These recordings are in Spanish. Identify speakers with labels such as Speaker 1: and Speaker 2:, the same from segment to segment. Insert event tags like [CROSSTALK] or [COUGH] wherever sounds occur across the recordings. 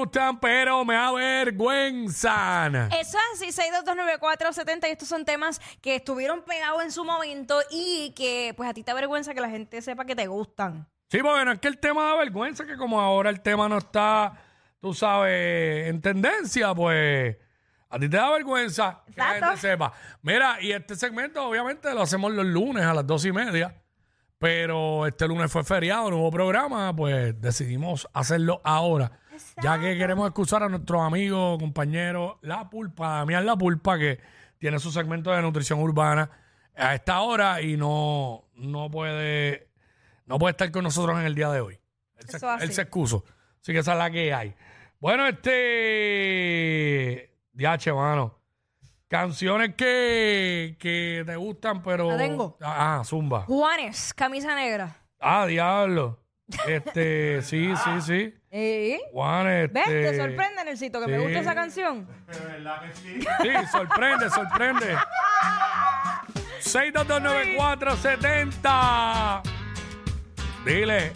Speaker 1: gustan, pero me avergüenzan.
Speaker 2: Eso es así, 6229470 y estos son temas que estuvieron pegados en su momento y que pues a ti te avergüenza que la gente sepa que te gustan.
Speaker 1: Sí, porque no es que el tema da vergüenza, que como ahora el tema no está, tú sabes, en tendencia, pues a ti te da vergüenza que la
Speaker 2: Exacto.
Speaker 1: gente sepa. Mira, y este segmento obviamente lo hacemos los lunes a las dos y media, pero este lunes fue feriado, no hubo programa, pues decidimos hacerlo ahora. Ya que queremos excusar a nuestro amigo, compañero La Pulpa, Damián La Pulpa, que tiene su segmento de nutrición urbana a esta hora y no, no puede no puede estar con nosotros en el día de hoy. Él se,
Speaker 2: Eso así.
Speaker 1: él se excusó. Así que esa es la que hay. Bueno, este. Diache, mano. Canciones que, que te gustan, pero.
Speaker 2: La tengo.
Speaker 1: Ah, ah, Zumba.
Speaker 2: Juanes, camisa negra.
Speaker 1: Ah, diablo.
Speaker 2: [LAUGHS]
Speaker 1: Este, sí, sí, sí.
Speaker 2: ¿Eh?
Speaker 1: Juan, este.
Speaker 2: ¿Ves? Te sorprende, Nelsito, que me
Speaker 1: sí.
Speaker 2: gusta esa canción.
Speaker 1: Sí, sorprende, sorprende. 6229470. Dile,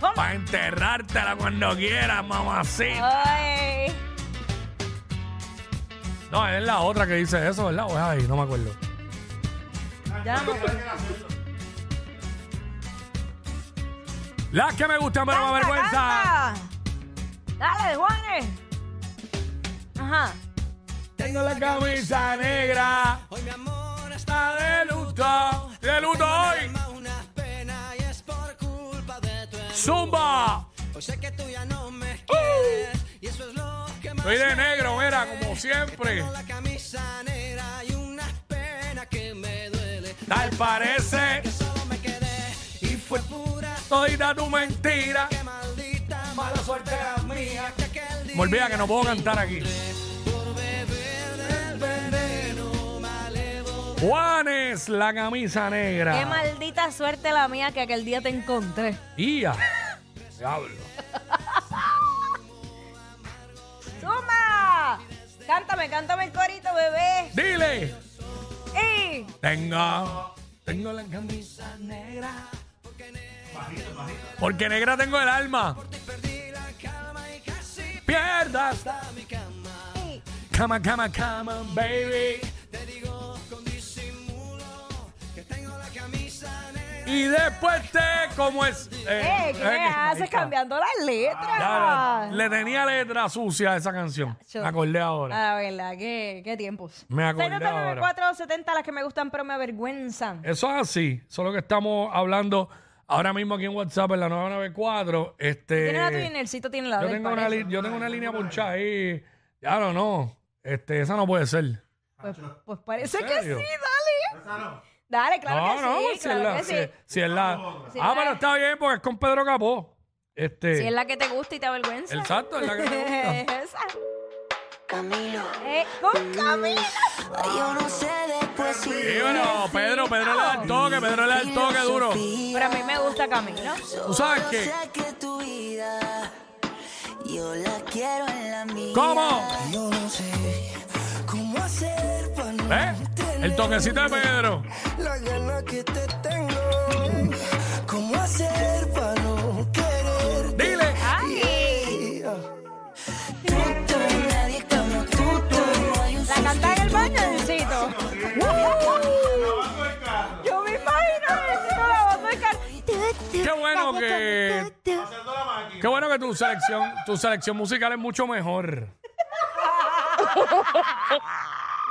Speaker 2: Vamos.
Speaker 1: para enterrártela cuando quieras, mamacita.
Speaker 2: Ay.
Speaker 1: No, es la otra que dice eso, ¿verdad? O es ahí, no me acuerdo.
Speaker 2: Ya no me acuerdo.
Speaker 1: Las que me gustan, pero me vergüenza.
Speaker 2: Canta, canta. Dale, Juanes. Ajá.
Speaker 1: Tengo la camisa negra.
Speaker 3: Hoy mi amor está
Speaker 1: Está de luto, de luto hoy.
Speaker 3: calma, una pena y es por culpa de tu ex.
Speaker 1: Zumba.
Speaker 3: Hoy sé que tú ya no me quieres y eso es lo que más
Speaker 1: ¡Uh! Soy de
Speaker 3: me
Speaker 1: negro,
Speaker 3: duele.
Speaker 1: mira, como siempre.
Speaker 3: Tengo la camisa negra y una pena que me duele.
Speaker 1: Tal parece,
Speaker 3: Que solo me quedé y fue pura
Speaker 1: todita tu mentira.
Speaker 3: que maldita mala suerte la mía que aquel día
Speaker 1: Me olvida que no puedo cantar aquí.
Speaker 3: por beber del veneno me alevo.
Speaker 1: Juanes, la camisa negra.
Speaker 2: Qué maldita suerte la mía que aquel día te encontré.
Speaker 1: Ia. Diablo.
Speaker 2: ¡Suma! Cántame, cántame el corito, bebé.
Speaker 1: Dile.
Speaker 2: ¡Y!
Speaker 1: Tengo. Tengo la camisa negra. Porque negra tengo el alma. Pierdas.
Speaker 2: y-
Speaker 1: Cama, cama, cama, baby.
Speaker 3: Te digo con disimulo que tengo la camisa negra.
Speaker 1: Y después te, como es. [LAUGHS]
Speaker 2: ¡Eh! ¿Qué me haces cambiando las
Speaker 1: Ya,
Speaker 2: letras?
Speaker 1: le tenía letra sucia a esa canción.
Speaker 2: Chacho. Ah.
Speaker 1: Me acordé ahora.
Speaker 2: La verdad, qué, qué tiempos.
Speaker 1: Me acordé ahora. Eh,
Speaker 2: 470 las que me gustan pero me avergüenzan.
Speaker 1: Eso es así. Eso es lo que estamos hablando ahora mismo aquí en WhatsApp en la 994. Este.
Speaker 2: Tiene la tuya y Nelsito tiene la
Speaker 1: Yo
Speaker 2: del
Speaker 1: tengo,
Speaker 2: padre.
Speaker 1: una li- yo tengo una línea ponchada ahí. Ya no, no. Este, esa no puede ser.
Speaker 2: Pues, pues parece
Speaker 1: ¿En
Speaker 2: que sí,
Speaker 1: serio?
Speaker 2: dale. Dale, claro
Speaker 1: no,
Speaker 2: que sí,
Speaker 1: no, si
Speaker 2: claro
Speaker 1: es la.
Speaker 2: que
Speaker 1: si
Speaker 2: sí.
Speaker 1: es- si es la-
Speaker 2: Si es
Speaker 1: ah,
Speaker 2: la-
Speaker 1: pero está bien porque es con Pedro Capó. Este.
Speaker 2: Si es la que te gusta y te avergüenza.
Speaker 1: El santo es la que me gusta.
Speaker 2: [LAUGHS] Esa.
Speaker 4: Camilo.
Speaker 2: Eh, con Camila.
Speaker 4: Yo no sé después si.
Speaker 1: Sí, bueno, Pedro, Pedro le da el toque, Pedro le da el toque duro.
Speaker 2: Pero a mí me gusta Camila.
Speaker 1: ¿Tú sabes qué?
Speaker 4: Sé que tu vida. Yo la quiero en la mía.
Speaker 1: ¿Cómo?
Speaker 4: Yo no sé cómo hacer para no
Speaker 1: ¿Eh? El toquecito de Pedro.
Speaker 4: la gana que te tengo. ¿Cómo hacer para no querer?
Speaker 1: Dile.
Speaker 2: Ah. Ay,
Speaker 4: Tú, nadie como tú, tú. No hay un
Speaker 2: la canta en el baño, Nelsito. Yo me imagino Nelsito lavando el carro.
Speaker 1: Qué bueno que. Qué bueno que tu selección, tu selección musical es mucho mejor.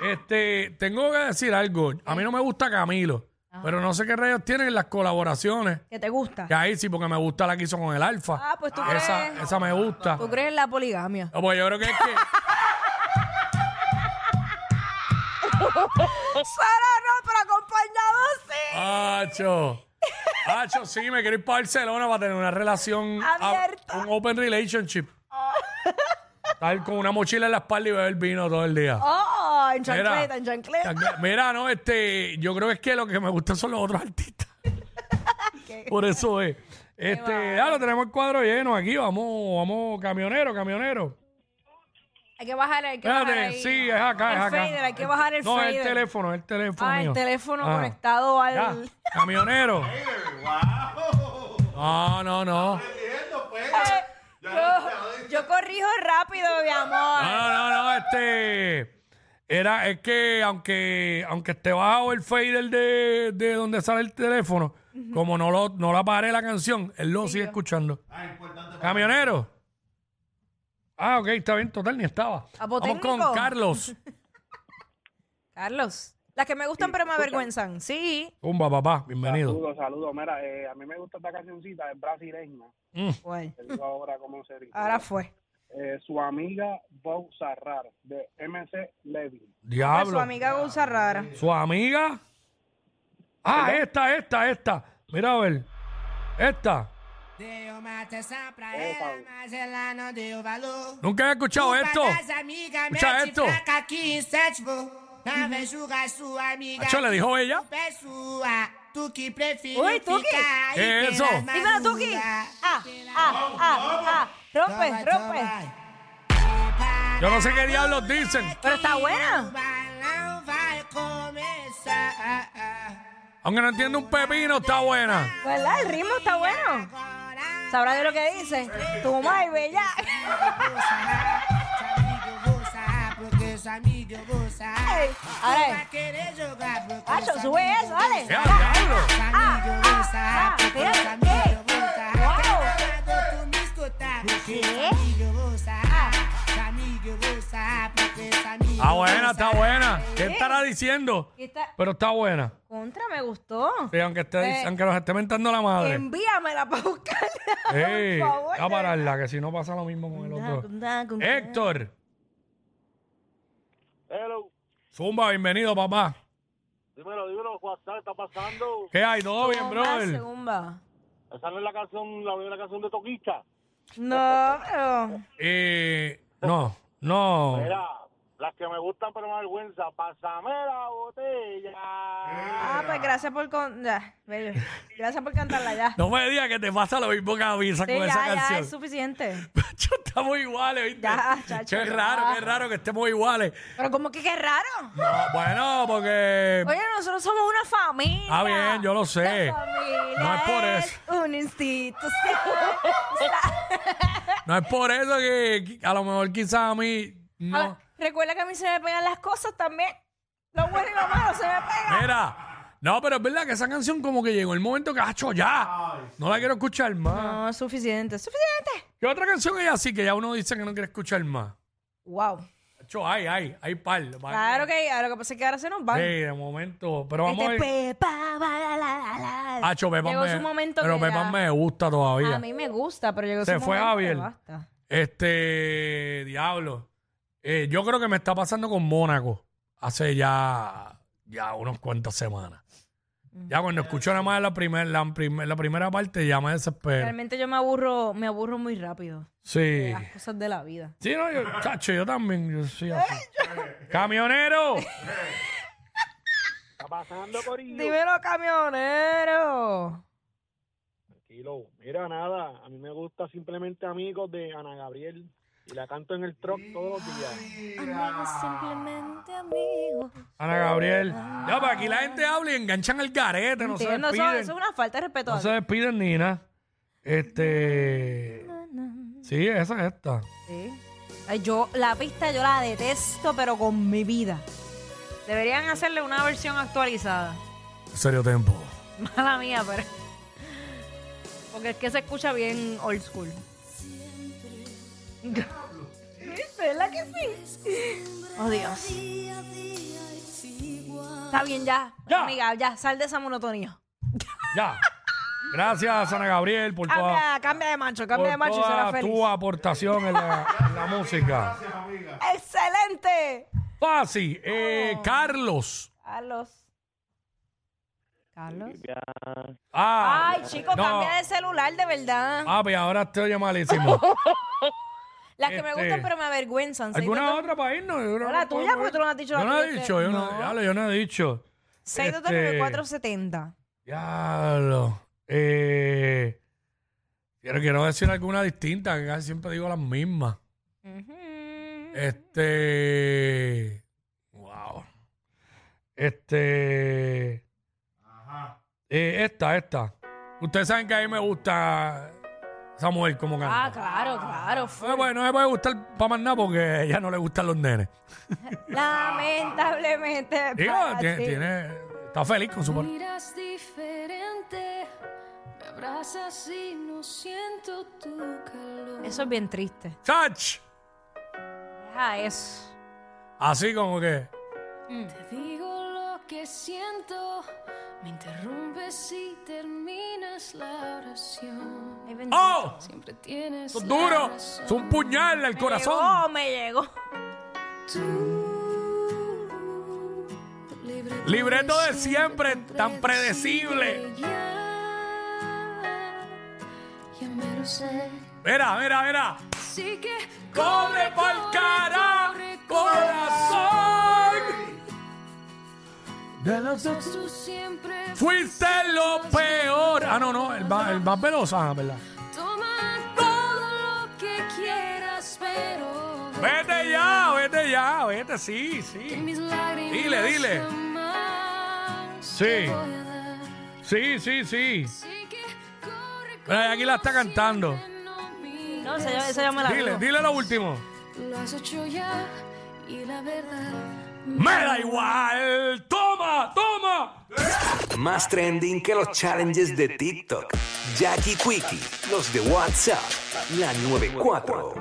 Speaker 1: Este, tengo que decir algo. A mí no me gusta Camilo,
Speaker 2: Ah.
Speaker 1: pero no sé qué rayos tienen las colaboraciones.
Speaker 2: Que te gusta.
Speaker 1: Que ahí sí, porque me gusta la que hizo con el Alfa.
Speaker 2: Ah, pues tú
Speaker 1: esa,
Speaker 2: crees. pues
Speaker 1: esa me gusta.
Speaker 2: ¿Tú crees en la poligamia?
Speaker 1: No, pues yo creo que es
Speaker 2: [LAUGHS]
Speaker 1: que.
Speaker 2: Sara no, pero acompañado sí.
Speaker 1: Hacho. Hacho, sí, me quiero ir para Barcelona para tener una relación a-
Speaker 2: Abierta. Ah.
Speaker 1: un open relationship.
Speaker 2: [LAUGHS]
Speaker 1: Estar con una mochila en la espalda y beber vino todo el día.
Speaker 2: Oh, en
Speaker 1: Mira.
Speaker 2: chancleta, en chancleta.
Speaker 1: Mira, no, este, yo creo es que lo que me gustan son los otros artistas.
Speaker 2: [LAUGHS]
Speaker 1: Por eso es. Este, ya lo tenemos el cuadro lleno aquí, vamos, vamos, camionero, camionero.
Speaker 2: Hay que bajar, hay que bajar
Speaker 1: Espérate,
Speaker 2: ahí.
Speaker 1: sí, es acá,
Speaker 2: El
Speaker 1: es acá.
Speaker 2: fader, hay que bajar el
Speaker 1: no,
Speaker 2: fader.
Speaker 1: el teléfono, el teléfono.
Speaker 2: Ah, el
Speaker 1: mío.
Speaker 2: teléfono
Speaker 1: Ah.
Speaker 2: conectado al...
Speaker 1: Ya, camionero. No, no, no.
Speaker 2: Eh, Yo, yo corrijo rápido, mi amor.
Speaker 1: No, no, no, este. Era, es que aunque, aunque esté bajado el fader de, de donde sale el teléfono, como no, lo, no la paré la canción, él lo sigue escuchando. Camionero. Ah, ok, está bien, total, ni estaba. Vamos
Speaker 2: Apotécnico.
Speaker 1: con
Speaker 2: [LAUGHS]
Speaker 1: Carlos.
Speaker 2: Carlos, las que me gustan pero me avergüenzan. Sí.
Speaker 1: Tumba, papá, bienvenido.
Speaker 5: Saludos, saludos. Mira, eh, a mí me gusta esta cancioncita, es brasileña.
Speaker 1: Mm,
Speaker 6: Pues.
Speaker 2: Bueno,
Speaker 5: Te digo ahora cómo se dice.
Speaker 2: ahora fue.
Speaker 5: Eh, su amiga Bo Sarrar, de MC Levy.
Speaker 1: diablo.
Speaker 2: Su amiga Gusa Rara.
Speaker 1: Su amiga. Ah, esta, esta, esta. Mira a ver. Esta.
Speaker 6: Deu mate essa pra ela, mas ela não deu valor.
Speaker 1: Nunca he escuchado esto.
Speaker 6: Das amigas,
Speaker 1: Escucha
Speaker 6: mete
Speaker 1: esto.
Speaker 6: fraca aqui em sete vou. Lá vem julgar sua amiga.
Speaker 1: Acho, le dijo ella.
Speaker 6: Pé sua, tu que prefere
Speaker 2: Oi, Tuki.
Speaker 6: ficar
Speaker 1: Que
Speaker 6: aí
Speaker 1: eso?
Speaker 6: pelas
Speaker 2: Dímelo, Tuki.
Speaker 6: madrugas.
Speaker 2: Ah, ah, ah, ah. Rompe,
Speaker 6: Toma,
Speaker 2: rompe.
Speaker 6: toma.
Speaker 1: Yo no sé qué diablos dicen.
Speaker 2: Pero está
Speaker 6: O
Speaker 2: buena.
Speaker 6: balão vai
Speaker 2: Ah,
Speaker 6: começar.
Speaker 1: Aunque no entiendo un pepino, está buena.
Speaker 2: ¿Verdad? El ritmo está bueno.
Speaker 6: Agora
Speaker 2: Sabrá de lo que dice. Tu madre, bella. Ey, ahora es. Hacho, sube eso, dale.
Speaker 1: ¡Ya, diablo!
Speaker 2: ah, ah, mira, ¿qué? ¿Eh?
Speaker 1: Está buena, está buena. ¿Qué estará diciendo?
Speaker 2: Aquí está.
Speaker 1: Pero está buena.
Speaker 2: Contra, me gustó.
Speaker 1: Sí, aunque, esté-
Speaker 2: Eh.
Speaker 1: aunque nos esté mentando la madre.
Speaker 2: Envíamela para buscarla.
Speaker 1: [LAUGHS] Ey,
Speaker 2: por favor.
Speaker 1: a pararla, que si no pasa lo mismo con el otro. Héctor.
Speaker 5: Hello,
Speaker 1: Zumba, bienvenido, papá.
Speaker 5: dímelo, dímelo, WhatsApp, está pasando.
Speaker 1: ¿Qué hay? ¿Todo bien,
Speaker 2: Zumba,
Speaker 1: brother?
Speaker 2: zumba.
Speaker 5: Esa no es la canción, la primera canción de Toquista.
Speaker 2: No, pero.
Speaker 1: Eh, no, no.
Speaker 5: Mira, las que me gustan pero me avergüenza, pásame la botella.
Speaker 2: Ah, pues gracias por. Con... ya, bello. Gracias por cantarla
Speaker 1: [LAUGHS]
Speaker 2: ya.
Speaker 1: No me digas que te pasa lo mismo que a Visa
Speaker 2: Sí,
Speaker 1: con esa
Speaker 2: ya, ya,
Speaker 1: canción. [LAUGHS]
Speaker 2: es suficiente.
Speaker 1: Pacho, estamos iguales, ¿viste?
Speaker 2: Ya, chacho,
Speaker 1: qué
Speaker 2: ya.
Speaker 1: raro, qué raro que estemos iguales.
Speaker 2: Pero como que qué raro.
Speaker 1: No, bueno, porque.
Speaker 2: Oye, nosotros somos una familia.
Speaker 1: Ah, bien, yo lo sé.
Speaker 2: La familia
Speaker 1: No es por
Speaker 2: Un institución.
Speaker 1: No es por eso que a lo mejor quizás a mí.
Speaker 2: A
Speaker 1: [LAUGHS] No.
Speaker 2: ver, Ah, Recuerda que a mí se me pegan las cosas también. Lo bueno y lo malo se me pegan.
Speaker 1: Mira. No, pero es verdad que esa canción como que llegó el momento que ha hecho ya. No la quiero escuchar más.
Speaker 2: No, suficiente, suficiente.
Speaker 1: ¿Qué otra canción hay así que ya uno dice que no quiere escuchar más?
Speaker 2: Wow.
Speaker 1: Hacho, hay, hay, hay par.
Speaker 2: Claro que ahora lo que pasa es que ahora se nos van.
Speaker 1: Sí, de momento. Pero vamos
Speaker 2: Este
Speaker 1: a ver.
Speaker 2: Pepa, va, la, la, la, la.
Speaker 1: Hacho, Pepa
Speaker 2: Llegó
Speaker 1: me,
Speaker 2: su momento
Speaker 1: pero
Speaker 2: que
Speaker 1: Pepa
Speaker 2: ya-
Speaker 1: me gusta todavía.
Speaker 2: A mí me gusta, pero llegó
Speaker 1: Se
Speaker 2: su
Speaker 1: fue
Speaker 2: momento,
Speaker 1: Javier.
Speaker 2: basta.
Speaker 1: Este, diablo. Eh, yo creo que me está pasando con Mónaco hace ya, ya unas cuantas semanas.
Speaker 2: Mm,
Speaker 1: Ya cuando escucho nada más la, primer- la, primer- la primera parte ya me desespero.
Speaker 2: Realmente yo me aburro, me aburro muy rápido.
Speaker 1: Sí.
Speaker 2: de Las cosas de la vida.
Speaker 1: Sí, no, yo, chacho, yo también. yo soy así. ¡Camionero!
Speaker 5: Está pasando, Corillo.
Speaker 2: Dímelo, camionero.
Speaker 5: Tranquilo, mira nada, a mí me gusta simplemente amigos de Ana Gabriel y la canto en el truck todos los días.
Speaker 2: Amigos, simplemente amigos.
Speaker 1: Ana Gabriel. Ya, pero aquí la gente habla y enganchan el carete, no se
Speaker 2: Ah. Entiendo, eso,
Speaker 1: despiden.
Speaker 2: eso es una falta de respeto.
Speaker 1: No se despiden ni nada. Este. Sí, esa es esta.
Speaker 2: Sí. Ay, yo, la pista yo la detesto, pero con mi vida. Deberían hacerle una versión actualizada. [LAUGHS]
Speaker 1: Serio tempo.
Speaker 2: Mala mía, pero. Porque es que se escucha bien old school. ¿Verdad que sí? Oh, Dios. Está bien, ya.
Speaker 1: Ya.
Speaker 2: Amiga, ya, sal de esa monotonía.
Speaker 1: Ya. Gracias, Ana Gabriel, por toda,
Speaker 2: Cambia, cambia de macho,
Speaker 1: por
Speaker 2: cambia de macho y será
Speaker 1: toda
Speaker 2: feliz.
Speaker 1: tu aportación en la, en la música.
Speaker 2: ¡Excelente!
Speaker 1: Fácil. Eh,
Speaker 2: Oh.
Speaker 1: Carlos.
Speaker 2: Carlos. Carlos.
Speaker 1: Ah,
Speaker 2: Ay, chico,
Speaker 1: no.
Speaker 2: cambia de celular, de verdad.
Speaker 1: Ah, pues ahora te oye
Speaker 2: [LAUGHS]
Speaker 1: malísimo.
Speaker 2: Las que me
Speaker 1: este,
Speaker 2: gustan, pero me avergüenzan. ¿sí?
Speaker 1: ¿Alguna otra para irnos? Yo
Speaker 2: No,
Speaker 1: no-
Speaker 2: la tuya, porque tú no has dicho la
Speaker 1: Yo no he
Speaker 2: tuya, que-
Speaker 1: dicho, yo no,
Speaker 2: no.
Speaker 1: diablo, yo no he dicho. este,
Speaker 2: 6239470.
Speaker 1: Diablo. Eh, quiero, quiero decir alguna distinta, que casi siempre digo las mismas.
Speaker 2: Ujú.
Speaker 1: Este. Wow. Este. eh, Ajá. esta, esta. Ustedes saben que a mí me gusta esa mujer como canta.
Speaker 2: Ah, claro, claro.
Speaker 1: No
Speaker 2: full.
Speaker 1: me puede, no me puede gustar para más nada porque a ella no le gustan los nenes.
Speaker 2: Lamentablemente.
Speaker 1: Digo,
Speaker 2: para
Speaker 1: ah, tiene,
Speaker 2: ti.
Speaker 1: tiene- está feliz con su par-
Speaker 7: Miras diferente, me abrazas y no siento tu calor.
Speaker 2: Eso es bien triste.
Speaker 1: ¡Chach!
Speaker 2: Deja eso.
Speaker 1: Así como que.
Speaker 7: Te digo lo que siento, me interrumpes y terminas la oración.
Speaker 2: Ay, bendito.
Speaker 1: ¡Oh!
Speaker 7: Siempre tienes
Speaker 1: Eso es
Speaker 7: la
Speaker 1: duro.
Speaker 7: razón.
Speaker 1: Es un puñal al corazón.
Speaker 2: Llegó, me llegó.
Speaker 7: Tú, libreto,
Speaker 1: Libreto de siempre, tan predecible.
Speaker 7: Ya, ya me lo sé.
Speaker 1: Mira, mira, mira.
Speaker 7: Así que
Speaker 1: ¡Cobre pa'l cara! ¡Corazón! De los dos.
Speaker 7: tú siempre
Speaker 1: Fuiste lo peor. Ah, no, no. El más, el más veloz, ah, ¿verdad?
Speaker 7: toma todo lo que quieras, pero
Speaker 1: Vete ya, vete ya, vete, sí,
Speaker 7: en
Speaker 1: sí.
Speaker 7: mis lágrimas
Speaker 1: Dile, dile.
Speaker 7: jamás
Speaker 1: Sí.
Speaker 7: te voy a dar.
Speaker 1: Sí, sí, sí.
Speaker 7: Así que corre,
Speaker 1: Pero aquí la está
Speaker 7: como
Speaker 1: cantando.
Speaker 7: siempre, no mires
Speaker 2: No, esa ya- esa ya me la
Speaker 1: Dile,
Speaker 2: digo.
Speaker 1: dile lo último.
Speaker 7: Lo has hecho ya y la verdad
Speaker 1: Me da igual. Toma, toma.
Speaker 8: Más trending que los challenges de TikTok. Jackie Quickie, los de WhatsApp, la 94.